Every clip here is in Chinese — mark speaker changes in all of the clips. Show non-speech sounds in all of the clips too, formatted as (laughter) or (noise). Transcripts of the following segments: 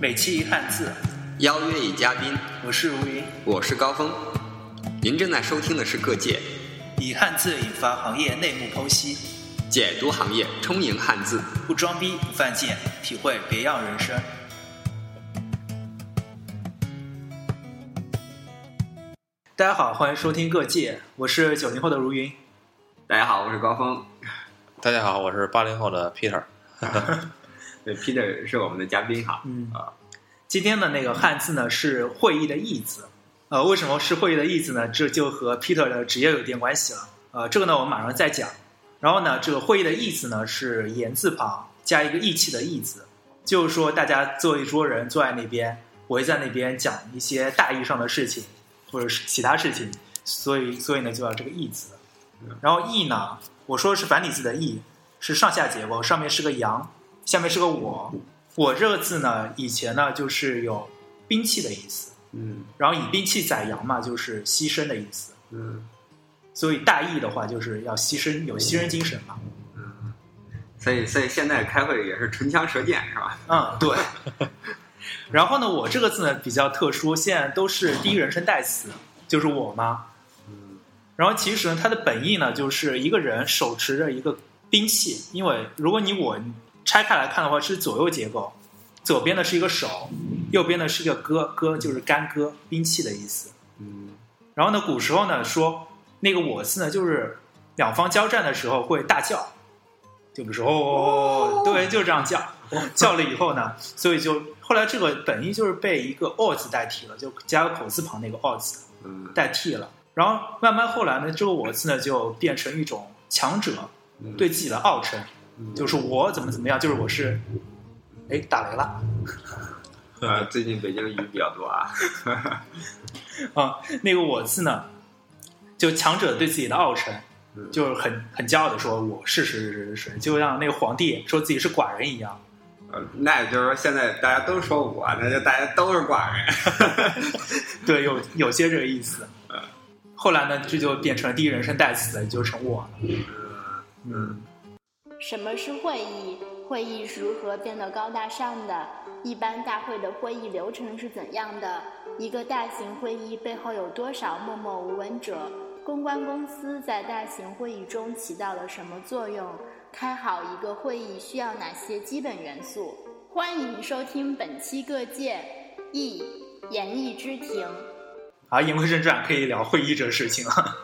Speaker 1: 每期汉字，
Speaker 2: 邀约与嘉宾，
Speaker 1: 我是吴云，
Speaker 2: 我是高峰。您正在收听的是《各界
Speaker 1: 以汉字引发行业内幕剖析，
Speaker 2: 解读行业充盈汉字》，
Speaker 1: 不装逼不犯贱，体会别样人生。大家好，欢迎收听《各界》，我是九零后的如云。
Speaker 2: 大家好，我是高峰。
Speaker 3: 大家好，我是八零后的 Peter。
Speaker 2: 对，Peter 是我们的嘉宾哈。
Speaker 1: 嗯啊，今天的那个汉字呢是会议的“议”字。呃，为什么是会议的“议”字呢？这就和 Peter 的职业有点关系了。呃，这个呢我们马上再讲。然后呢，这个会议的“议”字呢是言字旁加一个义气的“义”字，就是说大家坐一桌人坐在那边，围在那边讲一些大义上的事情，或者是其他事情。所以，所以呢就叫这个“义”字。然后“义”呢，我说是繁体字的“义”，是上下结构，上面是个羊，下面是个我。我这个字呢，以前呢就是有兵器的意思，
Speaker 2: 嗯
Speaker 1: 然后以兵器宰羊嘛，就是牺牲的意思。
Speaker 2: 嗯
Speaker 1: 所以大义的话，就是要牺牲，有牺牲精神嘛。
Speaker 2: 嗯。所以，所以现在开会也是唇枪舌剑是吧？
Speaker 1: 嗯，对。然后呢，我这个字呢比较特殊，现在都是第一人称代词，就是我嘛。
Speaker 2: 嗯
Speaker 1: 然后其实呢，它的本意呢，就是一个人手持着一个兵器，因为如果你我拆开来看的话，是左右结构，左边的是一个手，右边的是个戈，戈就是干戈，兵器的意思。
Speaker 2: 嗯
Speaker 1: 然后呢，古时候呢说那个我字呢，就是两方交战的时候会大叫，就比如说哦，对，就这样叫，叫了以后呢，所以就后来这个本意就是被一个哦字代替了，就加个口字旁那个哦字。
Speaker 2: 嗯
Speaker 1: 代替了。然后慢慢后来呢，这个我字呢就变成一种强者
Speaker 2: 嗯
Speaker 1: 对自己的傲称，
Speaker 2: 嗯
Speaker 1: 就是我怎么怎么样，就是我是，哎，打雷了
Speaker 2: 呃，最近北京雨比较多啊。
Speaker 1: 啊、那个我字呢，就强者对自己的傲称，
Speaker 2: 嗯
Speaker 1: 就是很很骄傲的说我是谁谁谁谁谁，就像那个皇帝说自己是寡人一样。 (laughs)
Speaker 2: 呃那也就是说，现在大家都说我，那就大家都是寡人。
Speaker 1: 对，有有些这个意思。后来呢，这就变成了第一人称代词了，就成我了。嗯，
Speaker 4: 什么是会议？会议是如何变得高大上的？一般大会的会议流程是怎样的？一个大型会议背后有多少默默无闻者？公关公司在大型会议中起到了什么作用？开好一个会议需要哪些基本元素？欢迎收听本期《各界议演艺之庭》。
Speaker 1: 好，啊言归正传，可以聊会议这个事情了。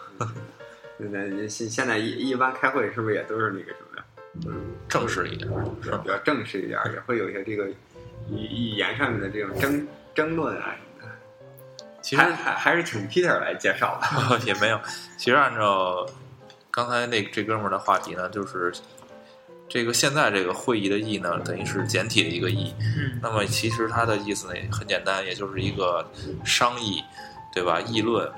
Speaker 2: 现在现现在一一般开会是不是也都是那个什么呀？
Speaker 3: 正式一点，是吧
Speaker 2: 比较正式一点，也会有一些这个语语言上面的这种争争论啊。
Speaker 3: 其实
Speaker 2: 还还还是请 Peter 来介绍吧。
Speaker 3: 也没有。其实按照刚才那这哥们儿的话题呢，就是这个现在这个会议的“议”呢，等于是简体的一个“议”。
Speaker 1: 嗯
Speaker 3: 那么其实它的意思呢也很简单，也就是一个商议，对吧？议论，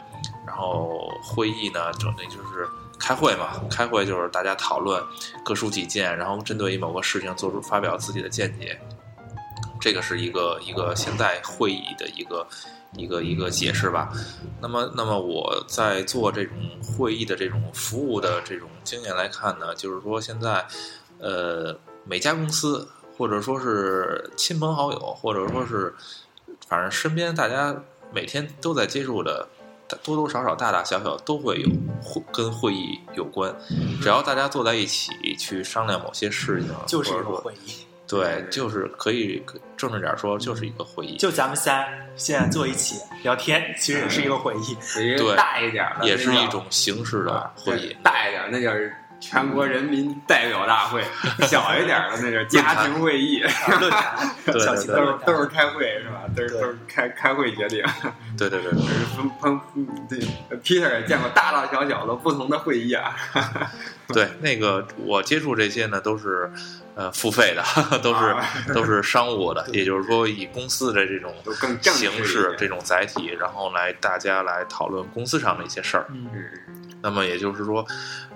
Speaker 3: 然后会议呢，整的就是开会嘛，开会就是大家讨论，各抒己见，然后针对于某个事情做出发表自己的见解。这个是一个一个现在会议的一个一个一个解释吧。那么，那么我在做这种会议的这种服务的这种经验来看呢，就是说现在，呃，每家公司或者说是亲朋好友，或者说是反正身边大家每天都在接触的，多多少少大大小小都会有会跟会议有关。
Speaker 1: 嗯
Speaker 3: 只要大家坐在一起去商量某些事情，
Speaker 1: (laughs) 就是一
Speaker 3: 或
Speaker 1: 个
Speaker 3: 者说
Speaker 1: 会议。
Speaker 3: 对，就是可以正着点说，就是一个会议，
Speaker 1: 就咱们仨现在坐一起聊天，其实也是一个会议。
Speaker 2: 属于
Speaker 3: (laughs) 对
Speaker 2: 大一点的，
Speaker 3: 也是
Speaker 2: 那叫啊
Speaker 3: 一种形式的会议。
Speaker 2: 大一点，那就是全国人民代表大会；小一点的，那就是家庭会议。
Speaker 1: 论坛，
Speaker 3: 对
Speaker 1: 小
Speaker 3: 对
Speaker 1: 型
Speaker 3: 对
Speaker 1: 的
Speaker 2: 都是
Speaker 1: 论
Speaker 2: 都
Speaker 1: 坛。
Speaker 2: 是开会是吧？都是
Speaker 1: 对
Speaker 2: 都是开开会决定。
Speaker 3: 对对对对。
Speaker 2: 彭彭嗯对，Peter 也见过大大小小的不同的会议啊。
Speaker 3: 对，那个我接触这些呢，都是呃付费的， (laughs) 都是
Speaker 2: 啊
Speaker 3: 都是商
Speaker 2: (laughs)
Speaker 3: 务的，也就是说以公司的这种
Speaker 2: 都更正式一点
Speaker 3: 形式、这种载体，然后来大家来讨论公司上的一些事儿。
Speaker 1: 嗯，
Speaker 2: 嗯
Speaker 3: 那么也就是说，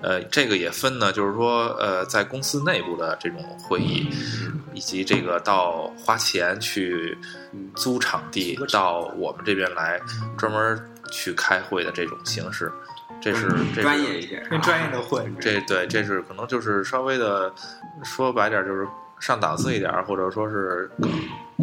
Speaker 3: 呃，这个也分呢，就是说呃，在公司内部的这种会议，以及这个到花钱去
Speaker 2: 嗯
Speaker 3: 租场地到我们这边来专门去开会的这种形式，这是这
Speaker 2: 嗯
Speaker 3: 是
Speaker 2: 专业一点，啊
Speaker 1: 更专业的会，
Speaker 3: 这对，这是可能就是稍微的说白点，儿，就是上档次一点儿，或者说是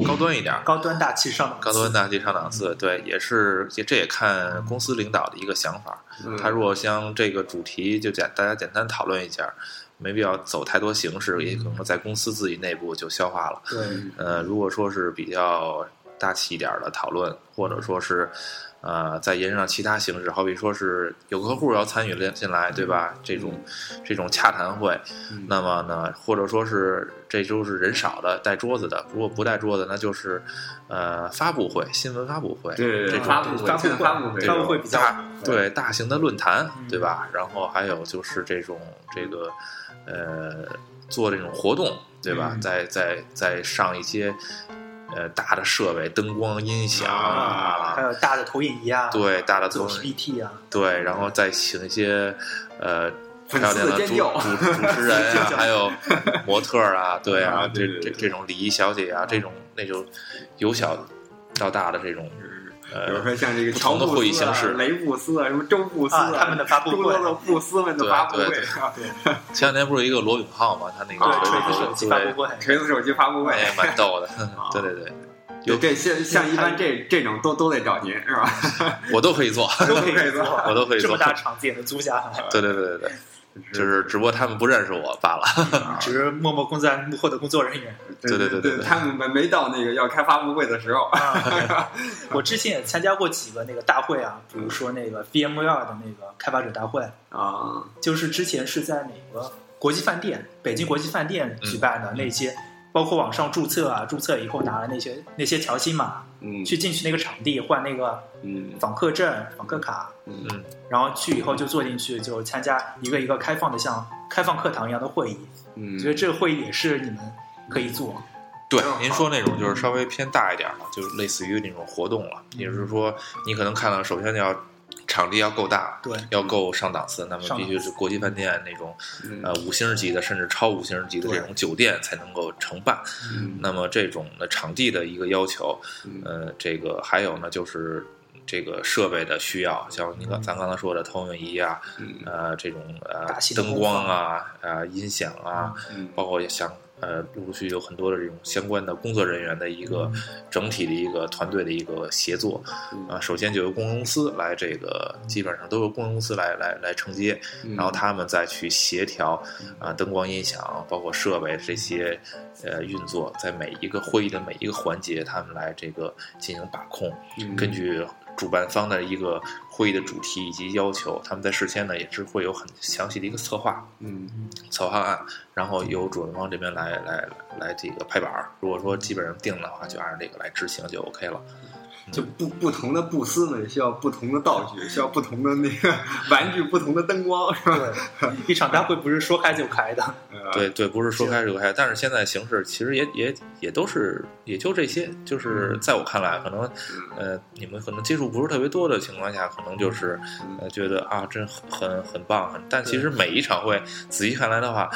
Speaker 3: 高端一点儿。
Speaker 1: 高端大气上档次
Speaker 3: 高端大气上档次，对，也是这这也看公司领导的一个想法。
Speaker 2: 嗯
Speaker 3: 他如果像这个主题就简大家简单讨论一下，没必要走太多形式，也可
Speaker 2: 嗯
Speaker 3: 能在公司自己内部就消化了。
Speaker 1: 对，
Speaker 3: 呃，如果说是比较大气一点儿的讨论，或者说是呃再延伸到其他形式，好比说是有客户要参与了进来，对吧？这种这种洽谈会，
Speaker 2: 嗯
Speaker 3: 那么呢，或者说是这就是人少的带桌子的，如果不带桌子，那就是呃发布会、新闻发布会，
Speaker 2: 对对
Speaker 3: 这
Speaker 2: 对，
Speaker 3: 种
Speaker 2: 发布会，
Speaker 1: 发布
Speaker 2: 趁
Speaker 1: 会
Speaker 2: 发布会，
Speaker 1: 发布会比较
Speaker 3: 大对大型的论坛，
Speaker 1: 嗯
Speaker 3: 对吧？然后还有就是这种这个呃做这种活动，对吧？
Speaker 1: 嗯
Speaker 3: 再再再上一些呃大的设备，灯光、音响
Speaker 2: 啊
Speaker 1: 还有大的投影仪啊，，
Speaker 3: 对大的
Speaker 1: 做
Speaker 3: 投影，
Speaker 1: PPT 啊，
Speaker 3: 对，然后再请一些呃。
Speaker 2: 粉
Speaker 3: 漂
Speaker 2: 丝
Speaker 3: 亮的
Speaker 2: 尖
Speaker 3: 主
Speaker 2: 叫
Speaker 3: 主主持
Speaker 2: (laughs)
Speaker 3: 人
Speaker 1: 尖
Speaker 3: 啊
Speaker 1: 叫，
Speaker 3: 还有模特儿啊，对啊，
Speaker 2: 啊
Speaker 3: 这
Speaker 2: 对对
Speaker 3: 这
Speaker 2: 对
Speaker 3: 这种礼仪小姐啊，这种那就由小到大的这种
Speaker 2: 比如
Speaker 3: 呃，
Speaker 2: 说像这个
Speaker 3: 不
Speaker 2: 乔
Speaker 3: 同的
Speaker 2: 布
Speaker 3: 会议
Speaker 2: 斯
Speaker 3: 形式
Speaker 2: 啊、雷布斯啊、什么周布斯
Speaker 1: 啊他们的发布会
Speaker 2: 诸多的布斯们的
Speaker 3: 对
Speaker 2: 发布
Speaker 3: 对
Speaker 2: 会
Speaker 3: 对
Speaker 2: 啊，
Speaker 3: 前两天不是有一个罗永浩嘛，他那个
Speaker 2: 啊
Speaker 1: 对，
Speaker 3: 锤
Speaker 1: 锤子
Speaker 3: 子手
Speaker 1: 手机
Speaker 3: 对
Speaker 1: 发布会，
Speaker 2: 锤子手机发布会，
Speaker 3: 哎，蛮逗的，
Speaker 1: 啊
Speaker 3: (laughs) 对对对，有
Speaker 2: 对，像像一般这这种都都得找您是吧？
Speaker 3: 我都可以做，
Speaker 1: 都可以做，
Speaker 3: 我都可以
Speaker 1: 这么，
Speaker 3: 做
Speaker 1: 大场子也能租下来，
Speaker 3: (laughs) 对对对对对，就是只不过他们不认识我罢了，
Speaker 1: 只是默默工作 (laughs) 幕后的工作人员。
Speaker 3: 对对对对
Speaker 2: 对
Speaker 3: 对
Speaker 2: 他们没到那个要开发布会的时候，
Speaker 1: 啊， (laughs) 我之前也参加过几个那个大会啊，比如说那个 VMware 的那个开发者大会，
Speaker 2: 啊，
Speaker 1: 就是之前是在哪个国际饭店，北京国际饭店
Speaker 2: 嗯
Speaker 1: 举办的那些，包括网上注册啊，注册以后拿了那些那些条形码
Speaker 2: 嗯
Speaker 1: 去进去那个场地换那个
Speaker 2: 嗯
Speaker 1: 访客证、访客卡，
Speaker 2: 嗯
Speaker 1: 然后去以后就坐进去就参加一个一个开放的像开放课堂一样的会议，
Speaker 2: 嗯，
Speaker 1: 觉得这个会议也是你们可以做，
Speaker 3: 对
Speaker 2: 嗯，
Speaker 3: 您说那种就是稍微偏大一点了，就是类似于那种活动了，也就是说你可能看到，首先要场地要够大，
Speaker 1: 对，
Speaker 3: 要够上档次，那么
Speaker 1: 上档
Speaker 3: 必
Speaker 1: 次
Speaker 3: 须是国际饭店那种
Speaker 2: 嗯
Speaker 3: 呃五星级的甚至超五星级的这种酒店才能够承办。
Speaker 2: 嗯
Speaker 3: 那么这种的场地的一个要求，呃，这个还有呢，就是这个设备的需要，像你刚咱刚才说的投影仪啊，
Speaker 2: 嗯
Speaker 3: 呃，这种呃
Speaker 1: 嗯大型的
Speaker 3: 灯光啊，呃，音响啊，
Speaker 2: 嗯
Speaker 3: 包括像呃，陆续有很多的这种相关的工作人员的一个
Speaker 1: 嗯
Speaker 3: 整体的一个团队的一个协作
Speaker 2: 嗯
Speaker 3: 啊、首先就由公关公司来这个，
Speaker 1: 嗯
Speaker 3: 基本上都由公关公司来来来承接，
Speaker 2: 嗯
Speaker 3: 然后他们再去协调啊、灯光、音响，包括设备这些呃运作，在每一个会议的每一个环节，他们来这个进行把控，
Speaker 2: 嗯
Speaker 3: 根据主办方的一个会议的主题以及要求，他们在事先呢也是会有很详细的一个策划
Speaker 2: 嗯
Speaker 3: 策划案，然后由主办方这边来来来这个拍板儿。如果说基本上定的话，就按照这个来执行就 OK 了。
Speaker 2: 就不不同的布斯们需要不同的道具，需要不同的那个 (laughs) 玩具，不同的灯光，是吧？
Speaker 1: 对，一场大会不是说开就开的，
Speaker 2: 呃，
Speaker 3: 对对，不是说开就开，但是现在形式其实也也也都是也就这些，就是在我看来，可能呃你们可能接触不是特别多的情况下，可能就是
Speaker 2: 嗯
Speaker 3: 呃觉得啊真很很很棒，很但其实每一场会仔细看来的话。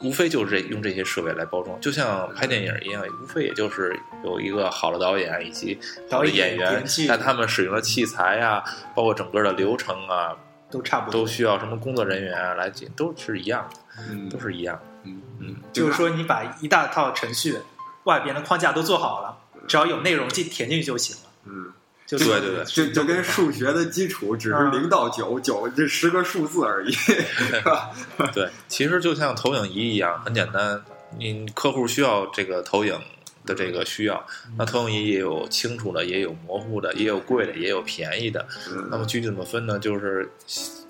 Speaker 3: 无非就是这用这些设备来包装，就像拍电影一样，无非也就是有一个好的导演啊以及好
Speaker 1: 导
Speaker 3: 的
Speaker 1: 演
Speaker 3: 演员
Speaker 1: 编剧，
Speaker 3: 但他们使用的器材呀、包括整个的流程啊，
Speaker 1: 都差不多，
Speaker 3: 都需要什么工作人员啊来进，都是一样的，
Speaker 2: 嗯
Speaker 3: 都是一样的。
Speaker 2: 嗯
Speaker 3: 嗯
Speaker 1: 就是说你把一大套程序外边的框架都做好了，只要有内容进填进去就行了。
Speaker 2: 嗯，
Speaker 1: 就
Speaker 3: 对对对
Speaker 2: 就就跟数学的基础只是
Speaker 1: 嗯
Speaker 2: 零到九，九这十个数字而已，是吧？ (laughs)
Speaker 3: 对，其实就像投影仪一样，很简单。你客户需要这个投影的这个需要，
Speaker 2: 嗯
Speaker 3: 那投影仪也有清楚的，也有模糊的，也有贵的，也有便宜的。那
Speaker 2: 嗯
Speaker 3: 么具体怎么分呢？就是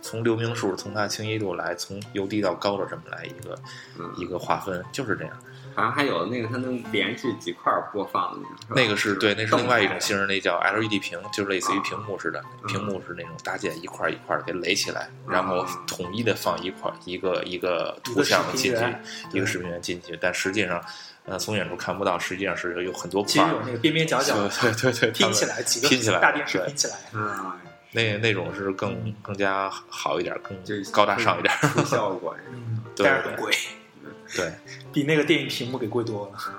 Speaker 3: 从流明数，从它清晰度来，从由低到高的这么来一个一
Speaker 2: 嗯，
Speaker 3: 个划分，就是这样。
Speaker 2: 好像还有那个它能连续几块播放的那种，
Speaker 3: 那个是对，那是另外一种
Speaker 2: 形
Speaker 3: 形式，那叫 LED 屏，就是类似
Speaker 1: 啊
Speaker 3: 于屏幕似的，
Speaker 2: 嗯
Speaker 3: 屏幕是那种搭建一块儿一块儿给垒起来，然后统一的放一块儿一个一个图像进
Speaker 1: 啊一个视频源，
Speaker 3: 去一个视频源进去，但实际上，呃，从远处看不到，实际上是有很多
Speaker 1: 其
Speaker 3: 块
Speaker 1: 实
Speaker 3: 儿
Speaker 1: 有，那个边边角角
Speaker 3: 对对对，对
Speaker 1: 拼起，来几个
Speaker 3: 拼起来
Speaker 1: 大电视嗯
Speaker 3: 对
Speaker 1: 拼起来，
Speaker 2: 啊，
Speaker 3: 那那种是更更加好一点，更
Speaker 2: 就
Speaker 3: 高大上一点，
Speaker 2: 出效果。
Speaker 3: (laughs)
Speaker 1: 嗯，
Speaker 3: 对
Speaker 1: 但是很贵，
Speaker 3: 对。
Speaker 1: 比那个电影屏幕给贵多了。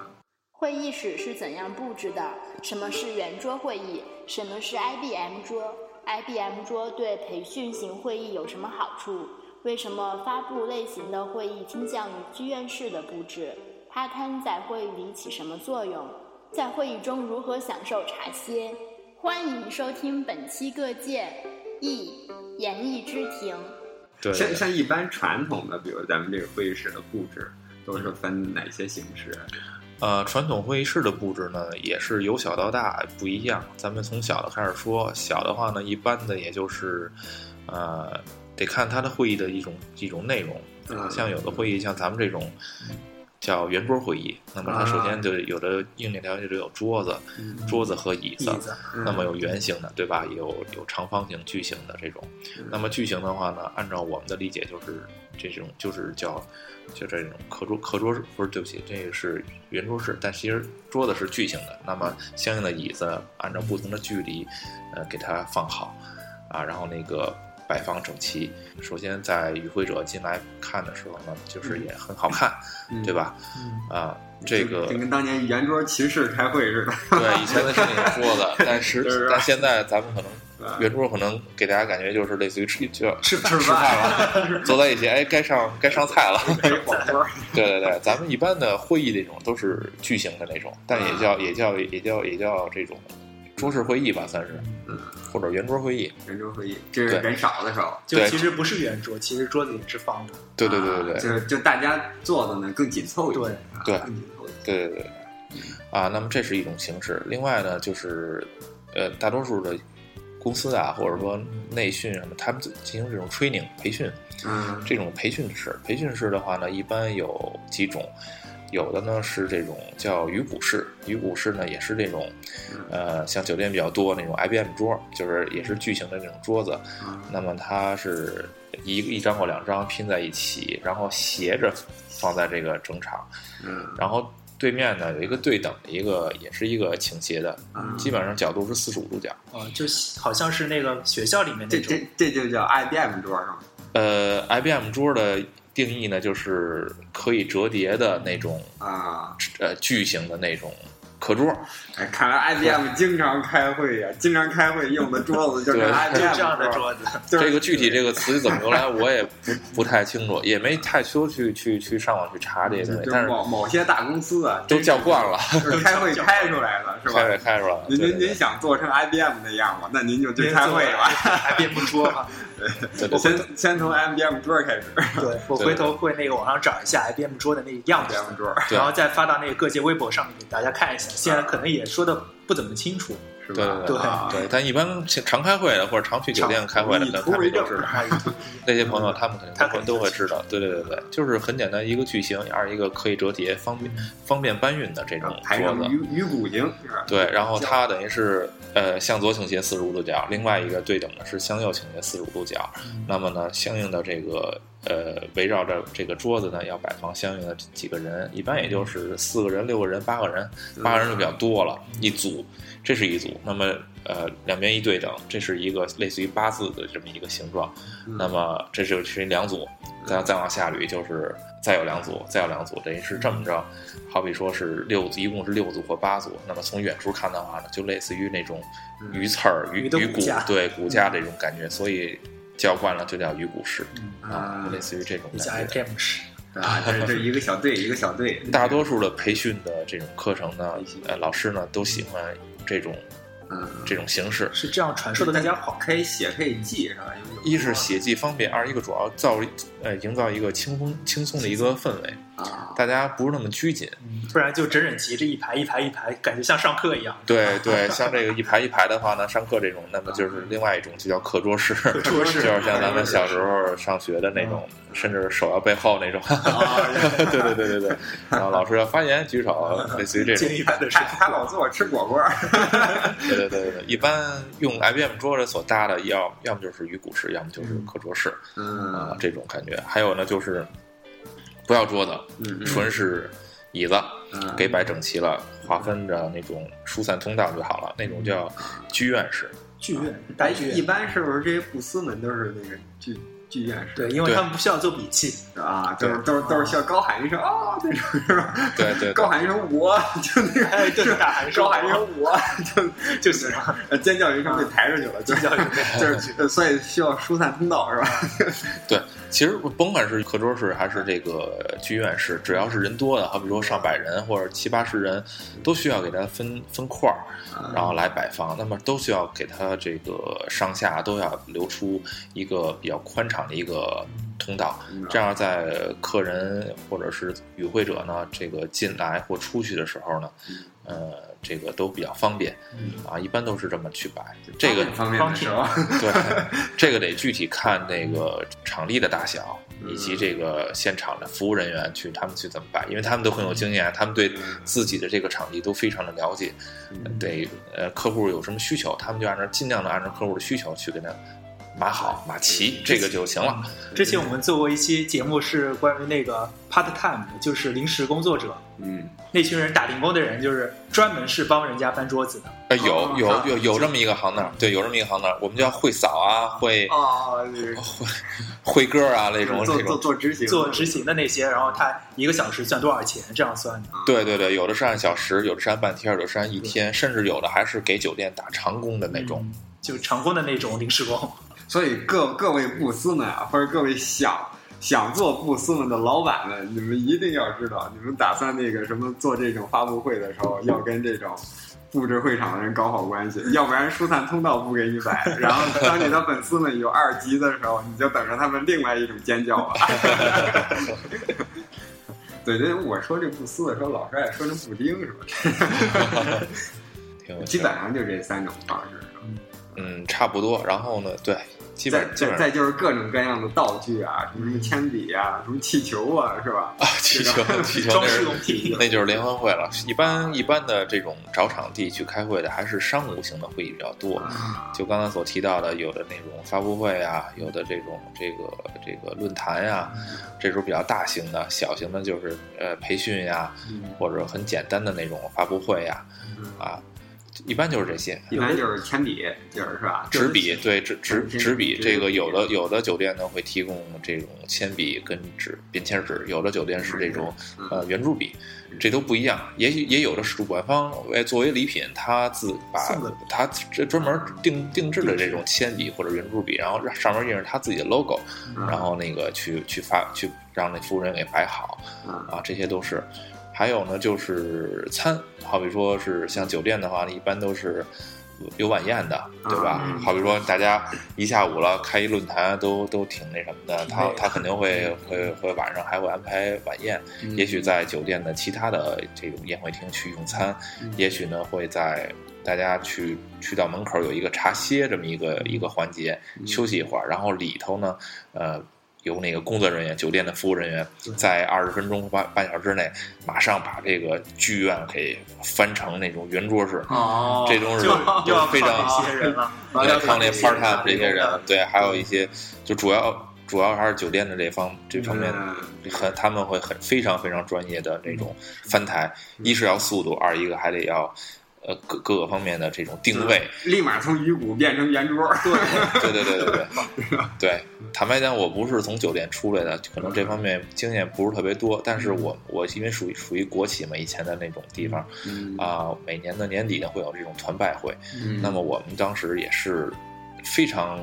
Speaker 4: 会议室是怎样布置的？什么是圆桌会议？什么是 IBM 桌？IBM 桌对培训型会议有什么好处？为什么发布类型的会议倾向于剧院式的布置？哈摊在会议里起什么作用，在会议中如何享受茶歇。欢迎收听本期各界艺演艺之庭。
Speaker 1: (laughs)
Speaker 3: 对，
Speaker 2: 像像一般传统的，比如咱们这个会议室的布置，都是分哪些形式？
Speaker 3: 呃，传统会议室的布置呢，也是由小到大不一样。咱们从小的开始说，小的话呢，一般的也就是，呃，得看它的会议的一种一种内容。
Speaker 2: 嗯
Speaker 3: 像有的会议，像咱们这种叫圆桌会议，那么它首先就有的硬件条件就有桌子、桌子和嗯椅子，
Speaker 1: 椅子，
Speaker 2: 嗯
Speaker 3: 那么有圆形的，对吧？也有有长方形、矩形的这种。
Speaker 2: 嗯
Speaker 3: 那么矩形的话呢，按照我们的理解就是这种，就是叫就这种课桌课桌不是对不起，这个是圆桌式，但其实桌子是矩形的。那么相应的椅子按照不同的距离，呃，给它放好啊，然后那个摆放整齐。首先在与会者进来看的时候呢，就是也很好看，
Speaker 2: 嗯
Speaker 3: 对？吧？
Speaker 2: (laughs)
Speaker 1: 嗯，
Speaker 3: 啊，这个
Speaker 2: 就跟当年圆桌骑士开会似的。
Speaker 3: 对，以前
Speaker 2: (laughs)
Speaker 3: 的是那种桌子，但
Speaker 2: 就是啊
Speaker 3: 是
Speaker 2: 吧
Speaker 3: 但现在咱们可能
Speaker 2: 啊
Speaker 3: 圆桌可能给大家感觉就是类似于吃就
Speaker 2: 吃
Speaker 3: 吃
Speaker 2: 饭
Speaker 3: 吃饭了，坐在一起，哎，该上该上菜了。 (laughs)
Speaker 2: 可以火锅，
Speaker 3: 对对对，咱们一般的会议这种都是巨型的那种，但也叫也叫也叫也叫这种桌式会议吧，算是
Speaker 2: 嗯，
Speaker 3: 或者圆桌会议。
Speaker 2: 圆桌会议，这是
Speaker 3: 对
Speaker 2: 人少的时候。
Speaker 1: 就
Speaker 3: 对
Speaker 1: 其实不是圆桌，其实桌子也是方的。
Speaker 3: 对对对对
Speaker 2: 啊
Speaker 3: 对
Speaker 2: 就就大家坐的呢更紧凑一些，
Speaker 1: 对
Speaker 2: 啊
Speaker 3: 对
Speaker 2: 更紧凑一些。
Speaker 3: 对对对，啊，那么这是一种形式。另外呢，就是呃，大多数的公司啊，或者说内训什么，他们进行这种 training 培训。
Speaker 2: 嗯，
Speaker 3: 这种培训室，培训室的话呢，一般有几种，有的呢是这种叫鱼骨室，鱼骨室呢也是这种，
Speaker 2: 嗯
Speaker 3: 呃，像酒店比较多那种 IBM 桌，就是也是巨型的那种桌子，
Speaker 2: 嗯
Speaker 3: 那么它是一一张或两张拼在一起，然后斜着放在这个整场，
Speaker 2: 嗯
Speaker 3: 然后对面呢有一个对等的一个，也是一个倾斜的，
Speaker 2: 嗯，
Speaker 3: 基本上角度是四十五度角，
Speaker 1: 哦，就是好像是那个学校里面那
Speaker 2: 这
Speaker 1: 种，
Speaker 2: 这这就叫 IBM 桌是吗？
Speaker 3: 呃，IBM 桌的定义呢就是可以折叠的那种。
Speaker 2: 啊，
Speaker 3: 呃巨型的那种课桌，
Speaker 2: 哎，看来 IBM 经常开会呀、经常开会用的桌子就是
Speaker 3: 对
Speaker 2: IBM
Speaker 1: 就这样的
Speaker 2: 桌，
Speaker 1: 桌子。
Speaker 2: 就是
Speaker 3: 这个具体这个词怎么由来我也不不太清楚，也没太说去去去上网去查这些东西，
Speaker 2: 嗯就
Speaker 3: 但
Speaker 2: 是
Speaker 3: 是
Speaker 2: 某某些大公司啊，
Speaker 3: 都叫惯了，
Speaker 2: 真是就是
Speaker 1: (laughs)
Speaker 2: 开会开出来了是
Speaker 3: 开会
Speaker 2: 吧？
Speaker 3: 开出来了。
Speaker 2: 您
Speaker 3: 对
Speaker 2: 您
Speaker 3: 对
Speaker 2: 您想做成 IBM 那样吗？那您就去
Speaker 1: 您
Speaker 2: 开
Speaker 1: 坐
Speaker 2: 会
Speaker 1: 着
Speaker 2: 吧。
Speaker 1: 还变不啊桌嘛？
Speaker 3: 对对对
Speaker 2: 先先从 IBM 桌开始
Speaker 3: (laughs)
Speaker 1: 对，我回头会那个网上找一下 IBM 桌的那个样子，
Speaker 2: ，IBM 桌
Speaker 3: 对
Speaker 1: 然后再发到那个各界微博上面给大家看一下。现在可能也说的不怎么清楚，
Speaker 2: 是
Speaker 3: 对
Speaker 2: 吧？
Speaker 1: 对
Speaker 2: 啊
Speaker 3: 对，但一般常开会的或者常去酒店开会的，
Speaker 2: 常
Speaker 3: 他们都知
Speaker 2: 一图为
Speaker 3: 道
Speaker 2: 证。
Speaker 1: 那也
Speaker 3: 那些朋友他们肯定
Speaker 1: 他
Speaker 3: 都
Speaker 1: 肯
Speaker 3: 会
Speaker 1: 定
Speaker 3: 都会
Speaker 1: 都清
Speaker 3: 知道。对对对对，就是很简单，一个巨型，二一个可以折叠，方便方便搬运的这种
Speaker 2: 啊排
Speaker 3: 嗯桌子
Speaker 2: 成。鱼鱼骨形是吧？
Speaker 3: 对，然后它等于是呃向左倾斜四十五度角，另外一个对等的是向右倾斜四十五度角。
Speaker 1: 嗯
Speaker 3: 那么呢，相应的这个呃围绕着这个桌子呢，要摆放相应的几个人，一般也就是四个人、六个人、八个人，八嗯个人就比较多了，一组，这是一组。那么呃两边一对等，这是一个类似于八字的这么一个形状。
Speaker 2: 嗯
Speaker 3: 那么这就是两组，再再往下捋就是再有两组，再有两组，等于是这么着，好比说是六组，一共是六组或八组。那么从远处看的话呢，就类似于那种鱼刺儿、鱼
Speaker 1: 鱼的
Speaker 3: 鱼
Speaker 1: 骨架嗯
Speaker 3: 对骨架这种感觉，所以叫惯了就叫鱼骨式
Speaker 2: 啊
Speaker 3: 啊，就类似于这种
Speaker 1: 比较
Speaker 3: 感觉。
Speaker 1: IBM 式。
Speaker 2: 啊，这这一个小队一个小队，
Speaker 3: 大多数的培训的这种课程呢，呃，老师呢都喜欢这种
Speaker 2: 嗯，
Speaker 3: 这种形式。
Speaker 1: 是这样传授的大家好。
Speaker 2: 可以写可以记是吧？有有
Speaker 3: 一是写记方便，二一个主要造呃营造一个轻松轻松的一个氛围， (laughs)
Speaker 2: 啊，
Speaker 3: 大家不是那么
Speaker 1: (laughs)
Speaker 3: 拘谨，
Speaker 1: 嗯不然就整整齐这一排一排一排，感觉像上课一样。
Speaker 3: 对对，像这个一排一排的话呢，上课这种，那么就是另外一种，就叫课桌式，
Speaker 1: 桌式嗯
Speaker 3: 就是像咱们小时候上学的那种，甚至手要背后
Speaker 1: (laughs)
Speaker 3: 那种。 (laughs)
Speaker 2: 哦
Speaker 3: 对对对对对，然后老师要发言举手，类似于这种
Speaker 1: 建。议排的是
Speaker 2: 他他老做吃火锅，
Speaker 3: 对对对对对，一般用 IBM 桌子所搭的，要要么就是鱼骨式，要么就是
Speaker 1: 嗯
Speaker 3: 课桌式啊、
Speaker 2: 嗯
Speaker 3: 这种感觉。还有呢，就是不要桌子，
Speaker 2: 嗯
Speaker 3: 纯是椅子。
Speaker 2: 嗯，
Speaker 3: 给摆整齐了，划分着那种疏散通道就好了。那种叫剧院式，
Speaker 1: 剧院，
Speaker 2: 哎
Speaker 1: 白剧
Speaker 2: 一
Speaker 1: 院。
Speaker 2: 般是不是这些布斯们都是那个剧剧院式
Speaker 1: 对，因为
Speaker 3: 对
Speaker 1: 他们不需要做笔
Speaker 3: (laughs)
Speaker 1: 记，
Speaker 2: 啊？都是都是都是像高喊一声啊，这种是吧？
Speaker 3: 对对对
Speaker 2: 高喊一声我，就那个
Speaker 1: 哎，对，大喊
Speaker 2: 高
Speaker 1: 说
Speaker 2: 喊一
Speaker 3: (laughs)
Speaker 2: 声我，呃
Speaker 1: 就行了。
Speaker 2: 就
Speaker 3: 嗯
Speaker 2: 尖叫一声被抬出去了，就
Speaker 1: 叫一声
Speaker 2: 就是所以需要疏散通道是吧？
Speaker 3: 对，其实甭管是课桌式还是这个剧院式，只要是人多的，好比说上百人或者七八十人，都需要给它分分块儿，
Speaker 2: 嗯
Speaker 3: 然后来摆放。那么都需要给它这个上下都要留出一个比较宽敞的一个通道，
Speaker 2: 嗯
Speaker 3: 这样在客人或者是与会者呢，这个进来或出去的时候呢，
Speaker 2: 嗯
Speaker 3: 呃，这个都比较方便啊。一般都是这么去摆，这个
Speaker 2: 方便的时候，
Speaker 3: (laughs) 对，这个得具体看那个场地的大小，以及这个现场的服务人员去他们去怎么摆，因为他们都很有经验，他们对自己的这个场地都非常的了解，对，呃，客户有什么需求，他们就按照尽量的按照客户的需求去给他码好码齐，这个就行了。
Speaker 1: 之前我们做过一期节目，是关于那个 part time，就是临时工作者
Speaker 2: 嗯，
Speaker 1: 那群人打零工的人，就是专门是帮人家搬桌子的。
Speaker 3: 呃，
Speaker 2: 哦
Speaker 3: 有有有有这么一个行当，对，有这么一个行当，我们叫会扫啊，会
Speaker 2: 哦，这个
Speaker 3: 会会歌啊那种
Speaker 2: (laughs) 做
Speaker 3: 这
Speaker 2: 做
Speaker 3: 种。
Speaker 2: 做执行，
Speaker 1: 做执行的那些，然后他一个小时赚多少钱，这样算的。
Speaker 3: 对对对，有的是按小时，有的是按半天，有的是按一天，甚至有的还是给酒店打长工的那种。
Speaker 1: 嗯就常工的那种临时工，
Speaker 2: 所以各各位布斯们啊，或者各位想想做布斯们的老板们，你们一定要知道，你们打算那个什么做这种发布会的时候，要跟这种。布置会场的人搞好关系，要不然疏散通道不给你摆。然后当你的粉丝们有二级的时候，你就等着他们另外一种尖叫吧。 (laughs) 对，这我说这布斯的时候，老师爱说成布丁是吧？
Speaker 3: (laughs) 挺有
Speaker 2: 基
Speaker 3: 趣
Speaker 2: 本上就这三种方式。
Speaker 3: 嗯，差不多。然后呢，对，基
Speaker 2: 再
Speaker 3: 本基
Speaker 2: 再
Speaker 3: 本上
Speaker 2: 再就是各种各样的道具啊，什么什
Speaker 3: 嗯
Speaker 2: 么铅笔啊，什么气球啊，是吧？
Speaker 3: 啊，气球
Speaker 2: (laughs)
Speaker 3: 气球
Speaker 1: 装
Speaker 3: 那
Speaker 1: 饰
Speaker 3: 是
Speaker 1: 用品。
Speaker 3: 那就是联欢会了。一般一般的这种找场地去开会的，还是商务型的会议比较多。
Speaker 2: 啊
Speaker 3: 就刚才所提到的，有的那种发布会啊，有的这种这个这个论坛呀、这种比较大型的，小型的就是呃培训呀、
Speaker 2: 嗯
Speaker 3: 或者很简单的那种发布会呀、啊，一般就是这些。
Speaker 2: 一般就是铅笔，就是是吧？
Speaker 3: 纸笔对纸纸
Speaker 2: 嗯
Speaker 3: 纸笔，
Speaker 2: 纸
Speaker 3: 这个
Speaker 2: 笔
Speaker 3: 有的有的酒店呢会提供这种铅笔跟纸便签纸，有的酒店是这种
Speaker 2: 嗯
Speaker 3: 呃圆珠笔，这都不一样。也许也有的是主办方为作为礼品，他自把
Speaker 1: 送的
Speaker 3: 他这专门定定制的这种铅笔或者圆珠笔，然后让上面印着他自己的 logo，
Speaker 2: 嗯
Speaker 3: 然后那个去去发去让那服务人给摆好
Speaker 2: 嗯
Speaker 3: 啊，这些都是。还有呢，就是餐，好比说是像酒店的话，一般都是有晚宴的，对吧？
Speaker 1: 嗯
Speaker 3: 好比说大家一下午了，开一论坛都都挺那什么的，他
Speaker 1: 累的
Speaker 3: 他肯定会会会晚上还会安排晚宴，
Speaker 2: 嗯
Speaker 3: 也许在酒店的其他的这种宴会厅去用餐，
Speaker 2: 嗯
Speaker 3: 也许呢会在大家去去到门口有一个茶歇这么一个一个环节，休息一会儿，然后里头呢，呃。由那个工作人员、酒店的服务人员
Speaker 1: 对，
Speaker 3: 在二十分钟、半半小时内，马上把这个剧院给翻成那种圆桌式，
Speaker 2: 哦
Speaker 3: 这种是
Speaker 1: 就就要啊
Speaker 3: 就非
Speaker 1: 靠那
Speaker 3: 常
Speaker 1: 些人了，
Speaker 3: 要靠那
Speaker 1: 那
Speaker 3: part time 这
Speaker 1: 这
Speaker 3: 些人，对，还有一些就主要主要还是酒店的这方这方面，
Speaker 2: 嗯
Speaker 3: 很他们会很非常非常专业的那种翻台，
Speaker 2: 嗯
Speaker 3: 一是要速度，二一个还得要呃各各个方面的这种定位，
Speaker 2: 立马从鱼骨变成圆桌。
Speaker 1: 对，
Speaker 3: 对对对对
Speaker 2: (laughs)
Speaker 3: 对对。坦白讲，我不是从酒店出来的，可能这方面经验不是特别多，但是我我因为属于属于国企嘛，以前的那种地方
Speaker 2: 嗯
Speaker 3: 啊、每年的年底呢会有这种团拜会，
Speaker 2: 嗯
Speaker 3: 那么我们当时也是非常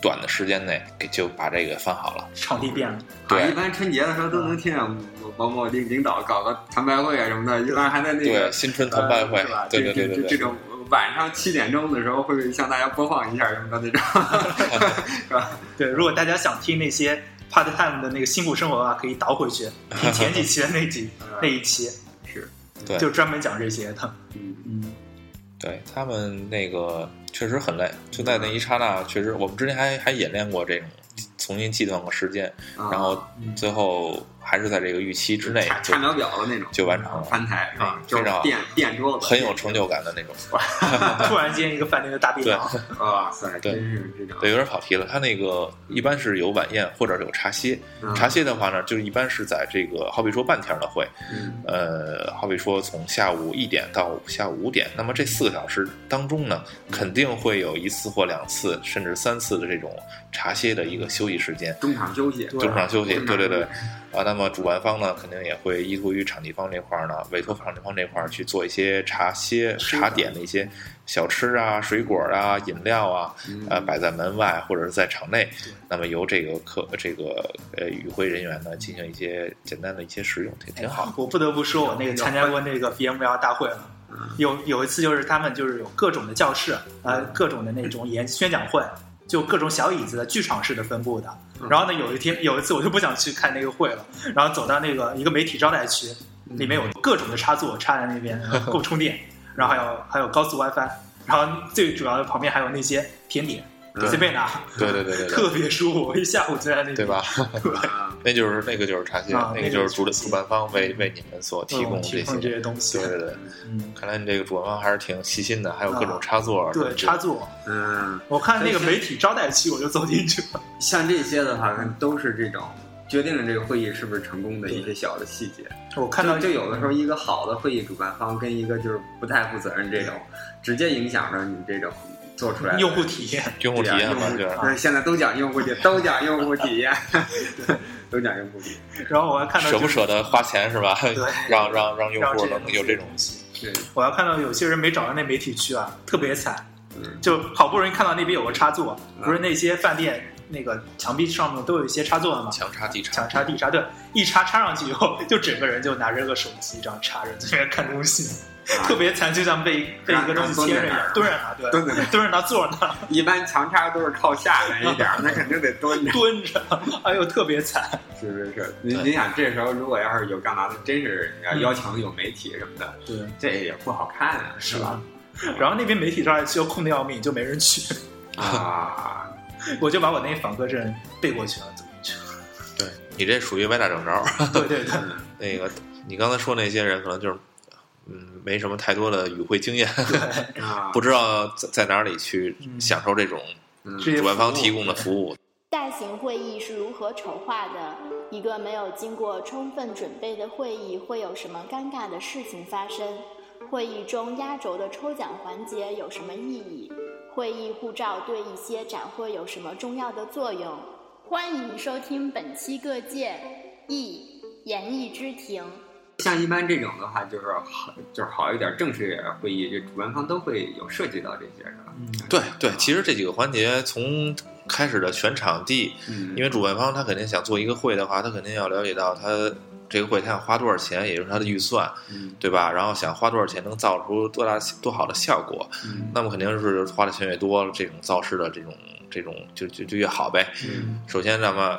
Speaker 3: 短的时间内给就把这个翻好了。
Speaker 1: 场地变了，
Speaker 3: 对
Speaker 2: 啊一般春节的时候都能听见某某某领领导搞个团拜会啊什么的，一般还在那
Speaker 3: 对，
Speaker 2: 个
Speaker 3: 新春团拜会
Speaker 2: 呃是吧，？
Speaker 3: 对
Speaker 2: 这
Speaker 3: 对对
Speaker 2: 这
Speaker 3: 对
Speaker 2: 这
Speaker 3: 对，
Speaker 2: 种晚上七点钟的时候会向大家播放一下什么的那
Speaker 3: (laughs)
Speaker 2: 种，是吧？
Speaker 1: 对，如果大家想听那些 part time 的那个辛苦生活啊，可以倒回去听前几期的那几那
Speaker 3: 哎
Speaker 1: 一期，
Speaker 2: 是，
Speaker 3: (laughs) 对
Speaker 1: 就专门讲这些的。
Speaker 2: 嗯
Speaker 1: 嗯，
Speaker 3: 对他们那个确实很累，就在那一刹那，确实我们之前还还演练过这种，重新计算过时间，
Speaker 2: 啊
Speaker 3: 然后最后还是在这个预期之内
Speaker 2: 看
Speaker 3: 就
Speaker 2: 看秒表的那种，
Speaker 3: 就完成了，
Speaker 2: 翻台是吧
Speaker 3: 嗯？
Speaker 2: 就是
Speaker 3: 非常
Speaker 2: 垫垫桌子，
Speaker 3: 很有成就感的那种。 (laughs)
Speaker 1: 突然间一个饭店的大变堂，
Speaker 2: 哇啊塞，
Speaker 3: 对
Speaker 2: 真是这种
Speaker 3: 对，有点跑题了。他那个一般是有晚宴或者有茶歇，
Speaker 2: 嗯
Speaker 3: 茶歇的话呢，就是一般是在这个好比说半天的会，
Speaker 2: 嗯
Speaker 3: 呃，好比说从下午一点到下午五点，那么这四个小时当中呢，肯定会有一次或两次，甚至三次的这种茶歇的一个休息时间，
Speaker 2: 中场休息，
Speaker 1: 对
Speaker 3: 中场休息，
Speaker 2: 中场
Speaker 3: 对对
Speaker 2: 休
Speaker 3: 对
Speaker 2: 息。
Speaker 3: 啊，那么主办方呢，肯定也会依托于场地方这块儿呢，委托场地方这块儿去做一些茶歇、茶点的一些小吃啊、水果啊、饮料啊，呃，摆在门外或者是在场内。那么由这个客这个呃与会人员呢进行一些简单的一些使用，挺挺好。
Speaker 1: 我不得不说，我那个参加过那个 VML 大会了。有有一次就是他们就是有各种的教室，呃，各种的那种演宣讲会，就各种小椅子的剧场式的分布的。然后呢，有一天有一次我就不想去看那个会了，然后走到那个一个媒体招待区，里面有各种的插座插在那边够充电，然后还有还有高速 WiFi，然后最主要的旁边还有那些甜点，你随便拿，
Speaker 3: 对对对对对，
Speaker 1: 哎特别舒服。我一下午就在那
Speaker 3: 对
Speaker 1: 边，
Speaker 3: 吧？
Speaker 2: 啊
Speaker 3: 那就是那个就是茶歇，
Speaker 1: 啊
Speaker 3: 那个就是
Speaker 1: 那
Speaker 3: 主
Speaker 1: 个就是
Speaker 3: 主办方为为你们所提供
Speaker 1: 嗯提
Speaker 3: 这
Speaker 1: 供
Speaker 3: 些。
Speaker 1: 这些东西
Speaker 3: 对，对对，
Speaker 1: 嗯，
Speaker 3: 看来你这个主办方还是挺细心的，还有各种
Speaker 1: 啊
Speaker 3: 插座。
Speaker 1: 对插座。
Speaker 2: 嗯，
Speaker 1: 我看那个媒体招待区，我就走进去了。
Speaker 2: 像这些的话，都是这种决定了这个会议是不是成功的一些小的细节。
Speaker 1: 我看到
Speaker 2: 就就有的时候，一个好的会议主办方跟一个就是不太负责任这种，直接影响着你这种做出来的
Speaker 1: 用户体验，
Speaker 2: (laughs)
Speaker 3: 用户体验嘛，
Speaker 2: 对
Speaker 3: 就是
Speaker 2: 啊现在都讲用户体，都讲用户体
Speaker 3: (laughs)
Speaker 2: 验，都讲用户体验。
Speaker 1: 然后我还看到
Speaker 3: 舍不舍得花钱是吧？ (laughs) 让让让用
Speaker 1: 让
Speaker 3: 户
Speaker 1: 这些
Speaker 3: 能有这种
Speaker 1: 东西。
Speaker 2: 对，
Speaker 1: 我还看到有些人没找到那媒体区啊，特别惨，
Speaker 2: 嗯
Speaker 1: 就好不容易看到那边有个插座，不
Speaker 3: 嗯
Speaker 1: 是那些饭店那个墙壁上面都有一些插座的嘛，
Speaker 3: 强插地插
Speaker 1: 想。插地插对，一插插上去以后，就整个人就拿着个手机这样插着，在那边看东西，
Speaker 2: 啊
Speaker 3: (laughs)
Speaker 1: 特别惨，就像被被一个东西贴着一样，蹲着拿，对，
Speaker 2: 蹲着拿
Speaker 1: 蹲着拿，坐着拿，
Speaker 2: 一般强插都是靠下面一点儿，那肯定得蹲
Speaker 3: (laughs)
Speaker 2: 着。
Speaker 1: 蹲着，哎呦，特别惨。
Speaker 2: 是是是，你
Speaker 3: 对嗯
Speaker 2: 你想这时候如果要是有干嘛的，真是要邀请有媒体什么的，
Speaker 1: 对，
Speaker 2: 这也不好看啊，是吧？？
Speaker 1: 然后那边媒体招待区又空的要命，就没人去，
Speaker 2: 啊，
Speaker 3: (laughs)
Speaker 1: 我就把我那访客证背过去了，走进去。
Speaker 3: 对你这属于歪打正着。
Speaker 1: 对对对，
Speaker 3: (laughs)
Speaker 2: 嗯
Speaker 3: 那个你刚才说那些人可能就是。嗯，没什么太多的与会经验， (laughs)
Speaker 2: 啊
Speaker 3: 不知道在在哪里去
Speaker 1: 嗯
Speaker 3: 享受这种
Speaker 2: 嗯
Speaker 1: 这些
Speaker 3: 主办方
Speaker 1: 服务
Speaker 3: 提供的服务。
Speaker 4: 大型会议是如何筹划的？一个没有经过充分准备的会议会有什么尴尬的事情发生？会议中压轴的抽奖环节有什么意义？会议护照对一些展会有什么重要的作用？欢迎收听本期各界艺演艺之庭。
Speaker 2: 像一般这种的话，就是好，就是好一点正式一点的会议，这主办方都会有涉及到这些，是吧？
Speaker 1: 嗯
Speaker 3: 对对，其实这几个环节从开始的选场地，
Speaker 2: 嗯，
Speaker 3: 因为主办方他肯定想做一个会的话，他肯定要了解到他这个会他想花多少钱，也就是他的预算，
Speaker 2: 嗯
Speaker 3: 对吧？然后想花多少钱能造出多大多好的效果，
Speaker 2: 嗯
Speaker 3: 那么肯定是花的钱越多，这种造势的这种这种就就就越好呗。
Speaker 2: 嗯
Speaker 3: 首先，那么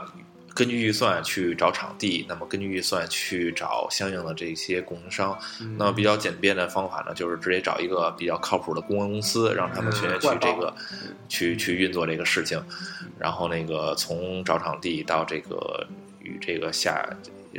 Speaker 3: 根据预算去找场地，那么根据预算去找相应的这些供应商。
Speaker 2: 嗯
Speaker 3: 那么比较简便的方法呢，就是直接找一个比较靠谱的公关公司，让他们去
Speaker 2: 嗯
Speaker 3: 去这
Speaker 1: 外
Speaker 3: 个去去运作这个事情。然后那个从找场地到这个与这个下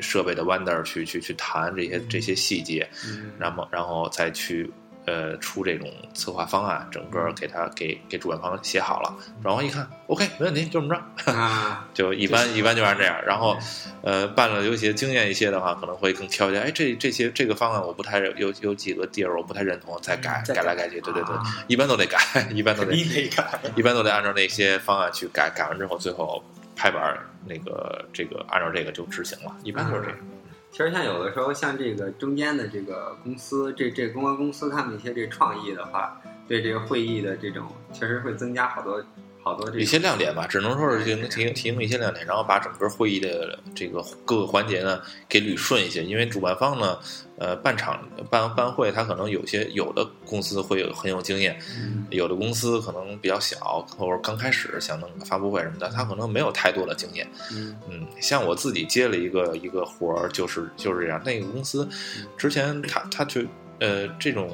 Speaker 3: 设备的 vendor 去去去谈这些这些细节。
Speaker 2: 嗯
Speaker 3: 那么然后再去呃出这种策划方案，整
Speaker 1: 嗯
Speaker 3: 个给他给给主办方写好了，然后一看 OK 没问题，就这么着，
Speaker 2: 啊，
Speaker 3: 就一般一般就按这样。然后呃办了有一些经验一些的话，可能会更挑一些，哎这这些这个方案我不太有有几个地儿我不太认同，再改
Speaker 1: 嗯再
Speaker 3: 改
Speaker 1: 改
Speaker 3: 来改去，对对对
Speaker 2: 啊，
Speaker 3: 一般都得改， (laughs) 一般都
Speaker 1: 肯
Speaker 3: 得
Speaker 1: 定得改。
Speaker 3: 一般都得按照那些方案去改，改完之后最后拍板儿那个这个按照这个就执行了，一般就是这样。
Speaker 2: 啊其实像有的时候，像这个中间的这个公司，这这公关公司他们一些这创意的话，对这个会议的这种，确实会增加好多好多这种
Speaker 3: 一些亮点吧，只能说是提供提供提供一些亮点，然后把整个会议的这个各个环节呢给捋顺一些。因为主办方呢，呃，办场办办会，他可能有些有的公司会有很有经验，
Speaker 2: 嗯
Speaker 3: 有的公司可能比较小，或者刚开始想弄个发布会什么的，他可能没有太多的经验。
Speaker 2: 嗯
Speaker 3: 嗯，像我自己接了一个一个活儿，就是就是这样。那个公司之前他他就呃这种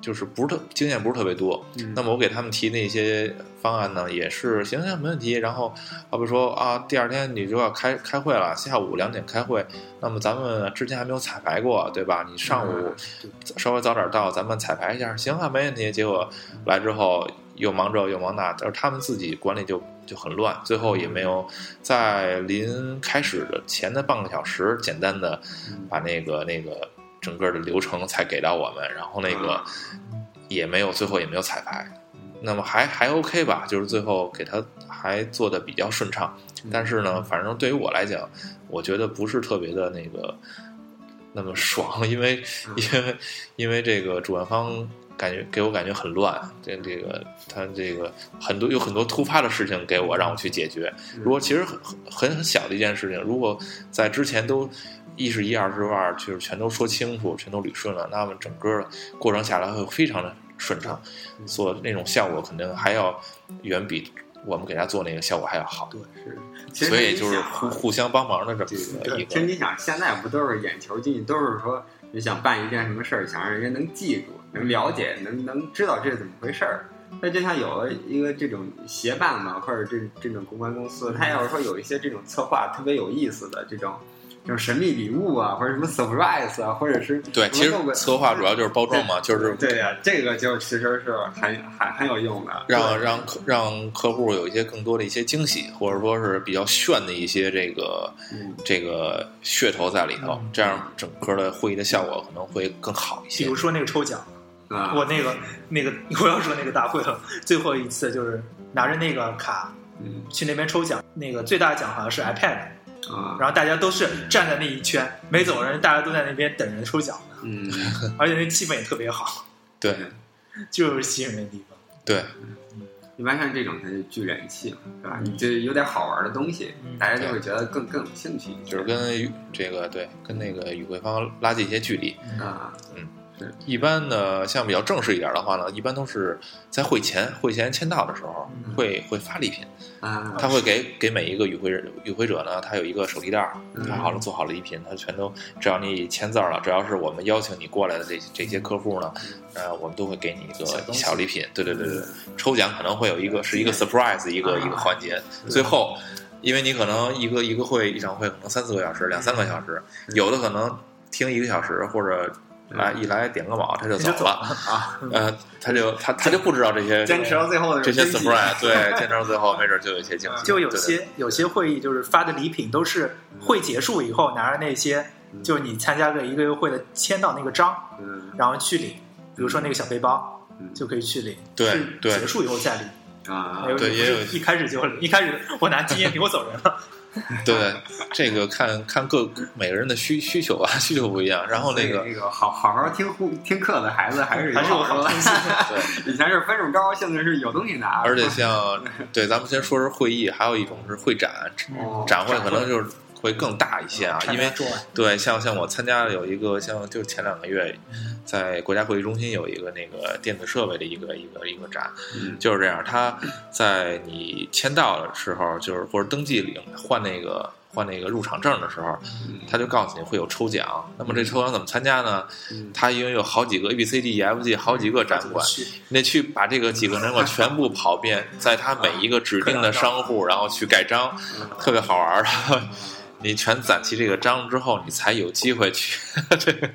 Speaker 3: 就是不是特经验不是特别多，
Speaker 2: 嗯
Speaker 3: 那么我给他们提那些方案呢，也是行行没问题。然后，好比说啊，第二天你就要开开会了，下午两点开会。那么咱们之前还没有彩排过，对吧？你上午稍微早点到，咱们彩排一下，行啊，没问题。结果来之后又忙这又忙那，但是他们自己管理就就很乱，最后也没有在临开始的前的半个小时，简单的把那个那个整个的流程才给到我们，然后那个
Speaker 2: 啊
Speaker 3: 也没有最后也没有彩排。那么还还 OK 吧，就是最后给他还做的比较顺畅。
Speaker 2: 嗯
Speaker 3: 但是呢，反正对于我来讲，我觉得不是特别的那个那么爽，因为因为因为这个主办方感觉给我感觉很乱，这这个他这个很多有很多突发的事情给我让我去解决。
Speaker 2: 嗯
Speaker 3: 如果其实很很很小的一件事情，如果在之前都一是一二是二，就是全都说清楚，全都捋顺了，那么整个过程下来会非常的顺畅，
Speaker 2: 嗯
Speaker 3: 所以那种效果肯定还要远比我们给他做那个效果还要好。
Speaker 2: 对，是。其实
Speaker 3: 所以就是
Speaker 2: 你想啊
Speaker 3: 互互相帮忙的这么一个一
Speaker 2: 对，其实
Speaker 3: 个，
Speaker 2: 你想，现在不都是眼球经济，都是说你想办一件什么事儿，想让人家能记住、能了解、能能知道这是怎么回事儿。那就像有了一个这种协办嘛，或者这这种公关公司，他要是说有一些这种策划特别有意思的这种这种神秘礼物啊，或者什么 surprise 啊，或者是
Speaker 3: 对，其实
Speaker 2: 弄个
Speaker 3: 策划主要就是包装嘛，就是
Speaker 2: 对呀、这个就其实是很很很有用的。
Speaker 3: 让让客让客户有一些更多的一些惊喜，或者说是比较炫的一些这个
Speaker 2: 嗯，
Speaker 3: 这个噱头在里头
Speaker 1: 嗯，
Speaker 3: 这样整个的会议的效果可能会更好一
Speaker 1: 比
Speaker 3: 些
Speaker 1: 如。说那个抽奖，
Speaker 2: 啊，
Speaker 1: 我那个那个我要说那个大会了，最后一次就是拿着那个卡
Speaker 2: 嗯
Speaker 1: 去那边抽奖，那个最大奖好像是 iPad，
Speaker 2: 啊，
Speaker 1: 然后大家都是站在那一圈，没走人，大家都在那边等人抽
Speaker 3: (laughs)
Speaker 1: 奖呢，
Speaker 2: 嗯，
Speaker 1: 而且那气氛也特别好，
Speaker 3: 对
Speaker 1: 就是吸引人的地方。
Speaker 3: 对，
Speaker 2: 一般像这种它就聚人气嘛，对吧？你就有点好玩的东西，
Speaker 1: 嗯
Speaker 2: 大家就会觉得更更有兴趣一些。
Speaker 3: 就是跟与这个对跟那个与会方拉近一些距离。
Speaker 1: 嗯
Speaker 2: 啊，
Speaker 3: 一般呢，像比较正式一点的话呢，一般都是在会前会前签到的时候
Speaker 1: 嗯
Speaker 3: 会会发礼品。
Speaker 2: 啊，
Speaker 3: 他会给给每一个与会人与会者呢，他有一个手提袋儿
Speaker 2: 嗯，
Speaker 3: 他好了做好了礼品，他全都只要你签字儿了，只要是我们邀请你过来的这这些客户呢，呃，我们都会给你一
Speaker 1: 小
Speaker 3: 个
Speaker 1: 东西
Speaker 3: 小礼品。对对对对
Speaker 2: 嗯，
Speaker 3: 抽奖可能会有一个是一个 surprise 一个一个环节，
Speaker 2: 嗯
Speaker 3: 最后。因为你可能一个一个会一场会可能三四个小时两三个小时，嗯有的可能听一个小时或者来一来点个卯他就走了，
Speaker 2: 啊，
Speaker 3: (laughs) 呃，他就他他就不知道这些
Speaker 2: 坚持到最后的
Speaker 3: 这些
Speaker 2: 真迹
Speaker 3: surprise，对，
Speaker 1: (laughs)
Speaker 3: 坚持到最后没准就有一些惊喜，
Speaker 1: 啊就有
Speaker 3: 对对
Speaker 1: 些有些会议就是发的礼品都是会结束以后拿着那些，
Speaker 2: 嗯
Speaker 1: 就是你参加个一个月会的签到那个章，
Speaker 2: 嗯
Speaker 1: 然后去领。比如说那个小背包
Speaker 2: 嗯
Speaker 1: 就可以去领，
Speaker 3: 对
Speaker 1: 是
Speaker 3: 对
Speaker 1: 结束以后再领。
Speaker 2: 啊
Speaker 1: 还，有
Speaker 3: 对
Speaker 1: 你不
Speaker 3: 也有
Speaker 1: 是一开始就领，一开始我拿纪念品我走人
Speaker 2: (laughs)
Speaker 1: 了。
Speaker 3: 对，这个看看各每个人的需需求啊，需求不一样。然后那
Speaker 2: 所
Speaker 3: 个
Speaker 2: 以那个好好好听户听课的孩子还是有
Speaker 1: 还是有
Speaker 2: 好
Speaker 1: 好
Speaker 2: 处
Speaker 1: 东西。
Speaker 3: 对，
Speaker 2: (laughs) 的。以前是分数高，现在是有东西拿，
Speaker 3: 而
Speaker 1: 啊
Speaker 3: 且像对，咱们先说是会议，还有一种是会展，
Speaker 2: 哦
Speaker 3: 展会可能就是会更大一些啊，因为
Speaker 1: 做
Speaker 3: 对，像像我参加了有一个像就前两个月，
Speaker 1: 嗯
Speaker 3: 在国家会议中心有一个那个电子设备的一个一个一个展，
Speaker 2: 嗯
Speaker 3: 就是这样，它在你签到的时候，就是或者登记领换那个换那个入场证的时候，他就告诉你会有抽奖。那么这抽奖怎么参加呢？
Speaker 2: 嗯
Speaker 3: 它因为有好几个 A、B、C、D、E、F、G 好几个展馆，
Speaker 1: 去
Speaker 3: 你得去把这个几个展馆全部跑遍，在它每一个指定的商户，然后去盖章，特别好玩儿。 (laughs) 你全攒齐这个章之后，你才有机会去 (laughs) 这个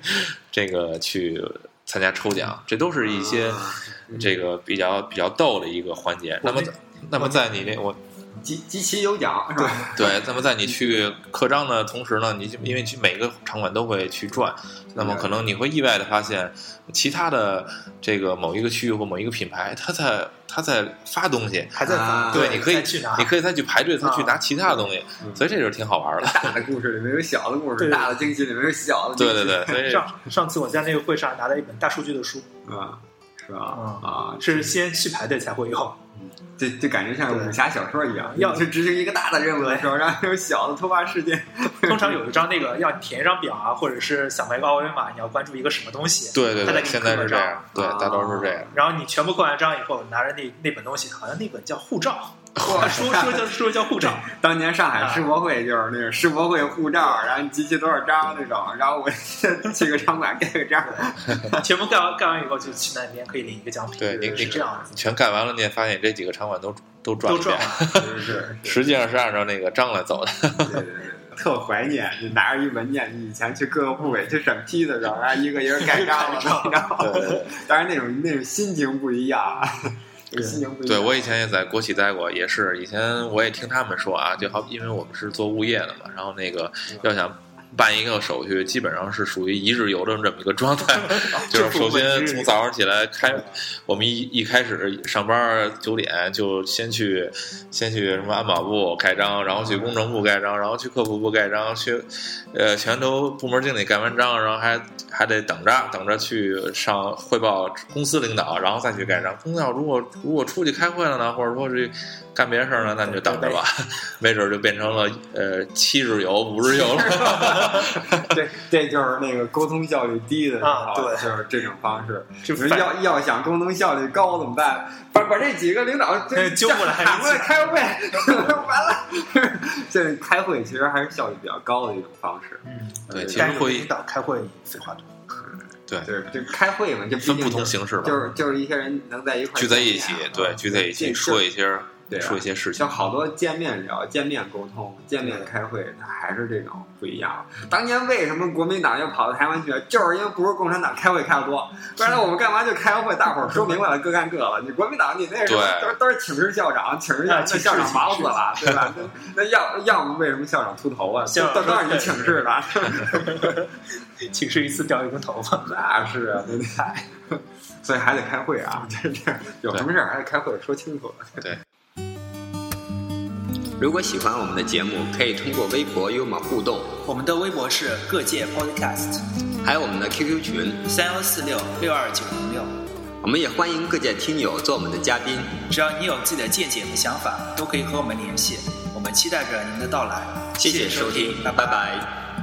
Speaker 3: 这个去参加抽奖，这都是一些
Speaker 2: 啊
Speaker 3: 这个比较比较逗的一个环节。那么
Speaker 1: 那
Speaker 3: 那么在你那我
Speaker 2: 集集齐有奖是吧？
Speaker 1: (laughs)
Speaker 3: 对，那么在你去刻章的同时呢，你就因为去每个场馆都会去转，那么可能你会意外的发现，其他的这个某一个区域或某一个品牌，它在它在发东西，
Speaker 1: 还在
Speaker 2: 啊
Speaker 1: 等
Speaker 3: 对，你可以
Speaker 1: 再去拿
Speaker 3: 你。可以再去排队，再
Speaker 1: 啊
Speaker 3: 去拿其他的东西，
Speaker 2: 嗯
Speaker 3: 所以这就是挺好玩的。
Speaker 2: 大的故事里面有小的故事，
Speaker 1: 对
Speaker 2: 大的惊喜里面有小的惊
Speaker 3: 对
Speaker 2: 喜，
Speaker 3: 对
Speaker 1: (laughs)
Speaker 3: 对，所以
Speaker 1: 上上次我在那个会上拿了一本大数据的书，
Speaker 2: 对，啊，是吧？
Speaker 1: 嗯
Speaker 2: 啊，
Speaker 1: 是先去排队才会
Speaker 2: (laughs)
Speaker 1: 有。
Speaker 2: 这就感觉像武侠小说一样，
Speaker 1: 要
Speaker 2: 你去执行一个大的任务的时候，让有小的突发事件。
Speaker 1: 通常有一张那个要你填一张表啊，或者是扫描一个二维码，你要关注一个什么东西。
Speaker 3: 对对
Speaker 1: 他在
Speaker 3: 对，
Speaker 1: 给你
Speaker 3: 现在
Speaker 1: 刻
Speaker 3: 是这
Speaker 1: 章啊
Speaker 3: 样，对，大多数是这样。
Speaker 1: 然后你全部扣完章以后，拿着那那本东西，好像那本叫护
Speaker 3: (laughs)
Speaker 1: 照，他说说叫说叫护照，
Speaker 2: 当年上海世博会就是那种世博会护照，然后你集齐多少张那种，然后我 (laughs) 去个场馆盖个章，
Speaker 1: 全部盖完盖完以后就去那边可以领一个奖品，
Speaker 3: 对你
Speaker 1: 是
Speaker 3: 你
Speaker 1: 这样子，
Speaker 3: 全干完了，你也发现这几个场馆都都转
Speaker 1: 都
Speaker 3: 了一遍
Speaker 1: 赚，完了。
Speaker 2: 是是是，
Speaker 3: 实际上是按照那个章来走的。
Speaker 2: (laughs) 对对对，特怀念，就拿着一文件，你以前去各个部委去审批的时候，然后一个一个盖章了，然后
Speaker 1: 哦
Speaker 3: 对对对
Speaker 2: 当然那种那种心情不一样啊，那
Speaker 1: 对
Speaker 2: 个心情不一样。
Speaker 3: 对我以前也在国企待过，也
Speaker 2: 嗯
Speaker 3: 是以前我也听他们说啊，就好，因为我们是做物业的嘛，然后那个要想办一个手续，基本上是属于一日游的这么一个状态。就是首先从早上起来开，我们一一开始上班九点就先去先去什么安保部盖章，然后去工程部盖章，然后去客服部盖章，去呃全都部门经理盖完章，然后还还得等着等着去上汇报公司领导，然后再去盖章。公司要如果如果出去开会了呢，或者说去干别的事儿呢，那你就等着吧，没准就变成了呃七日游五日游了。
Speaker 2: 这这就是那个沟通效率低的时候，
Speaker 1: 啊对
Speaker 2: 就是这种方式。
Speaker 1: (laughs) 就
Speaker 2: (laughs) 你说要要想沟通效率高怎么办？把把这几个领导
Speaker 1: 哎
Speaker 2: 这
Speaker 1: 揪过来
Speaker 2: 喊过来开会， (laughs) 完了。 (laughs) 现在开会其实还是效率比较高的一种方式，
Speaker 1: 嗯，
Speaker 3: 对，其实
Speaker 1: 但是有
Speaker 3: 会
Speaker 1: 领导开会废话多，
Speaker 2: 就是就开会嘛，就毕
Speaker 3: 分
Speaker 2: 竟
Speaker 3: 不
Speaker 2: 就
Speaker 3: 同
Speaker 2: 是
Speaker 3: 形式吧，
Speaker 2: 就是就是一些人能在一块儿
Speaker 3: 聚在一起
Speaker 2: 见面，啊
Speaker 3: 对，聚在一起
Speaker 2: 见
Speaker 3: 说一些
Speaker 2: 对啊
Speaker 3: 说一些事情
Speaker 2: 像。好多见面聊、见面沟通、见面开会，它还是这种不一样。当年为什么国民党要跑到台湾去？啊就是因为不是共产党开会开的多，不然我们干嘛就开个会？大伙儿说明白了，各干各了。你国民党，你那时候
Speaker 3: 对
Speaker 2: 都是都是请示校长，请示校
Speaker 1: 啊
Speaker 2: 长，
Speaker 1: 请
Speaker 2: 那
Speaker 1: 示
Speaker 2: 校长忙死了，对吧？那那要要不为什么校长秃头啊？
Speaker 1: 校
Speaker 2: 都
Speaker 1: 长
Speaker 2: 都让你请示了，
Speaker 1: 请示一次掉一根头发。
Speaker 2: 那是啊，对不对？ (laughs) 所以还得开会啊，这这有什么事儿还得开会说清楚。
Speaker 5: 如果喜欢我们的节目，可以通过微博与我们互动，
Speaker 1: (laughs) 我们的微博是各界 Podcast
Speaker 5: 还有我们的 QQ 群。
Speaker 1: 三幺四六六二九零六，
Speaker 5: 我们也欢迎各界听友做我们的嘉宾。
Speaker 1: 只要你有自己的见解和想法，都可以和我们联系。我们期待着您的到来。
Speaker 5: 谢谢收听，拜拜